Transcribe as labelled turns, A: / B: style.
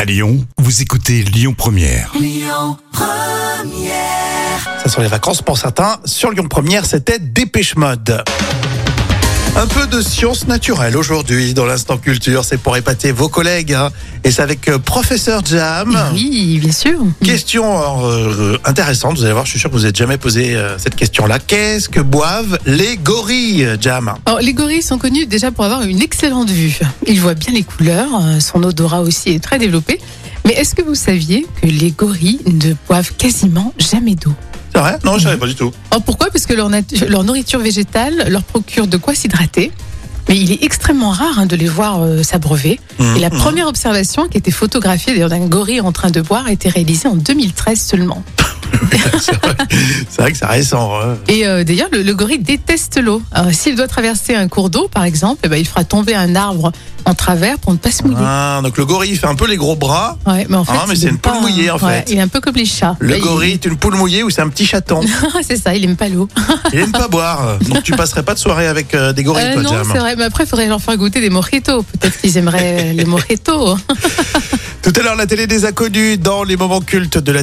A: À Lyon, vous écoutez Lyon Première.
B: Ça sont les vacances pour certains. Sur Lyon Première, c'était Dépêche Mode. Un peu de science naturelle aujourd'hui dans l'instant culture, c'est pour épater vos collègues. hein. Et c'est avec euh, professeur Jam.
C: Oui, bien sûr.
B: Question euh, euh, intéressante, vous allez voir, je suis sûr que vous n'êtes jamais posé euh, cette question-là. Qu'est-ce que boivent les gorilles, Jam
C: Alors, les gorilles sont connus déjà pour avoir une excellente vue. Ils voient bien les couleurs, euh, son odorat aussi est très développé. Mais est-ce que vous saviez que les gorilles ne boivent quasiment jamais d'eau
B: C'est vrai Non, je savais pas du tout.
C: Alors, pourquoi Parce que leur, nat- leur nourriture végétale leur procure de quoi s'hydrater. Mais il est extrêmement rare hein, de les voir euh, s'abreuver.
B: Mhm,
C: Et la
B: mhm.
C: première observation qui était photographiée d'ailleurs d'un gorille en train de boire a été réalisée en 2013 seulement.
B: c'est vrai, c'est vrai que c'est récent. hein.
C: Et euh, d'ailleurs, le, le gorille déteste l'eau. Alors, S'il doit traverser un cours d'eau, par exemple, eh ben, il fera tomber un arbre en travers pour ne pas se mouiller.
B: Ah, donc le gorille fait un peu les gros bras.
C: Ouais, mais en fait,
B: Ah, mais
C: il
B: c'est
C: aime
B: une poule
C: pas- hein.
B: mouillée, en
C: ouais,
B: fait.
C: Il est un peu comme les chats.
B: Le
C: Ouais, il-
B: gorille est une poule mouillée ou c'est un petit chaton
C: c'est ça, il aime pas l'eau.
B: Il aime pas boire. Donc tu passerais pas de soirée avec euh, des gorilles,
C: Euh,
B: toi,
C: non,
B: Jam.
C: c'est vrai. Mais après, il faudrait leur faire goûter des mojitos. Peut-être qu'ils aimeraient les mojitos. hein.
B: Tout à l'heure, la télé des inconnus dans les moments cultes de la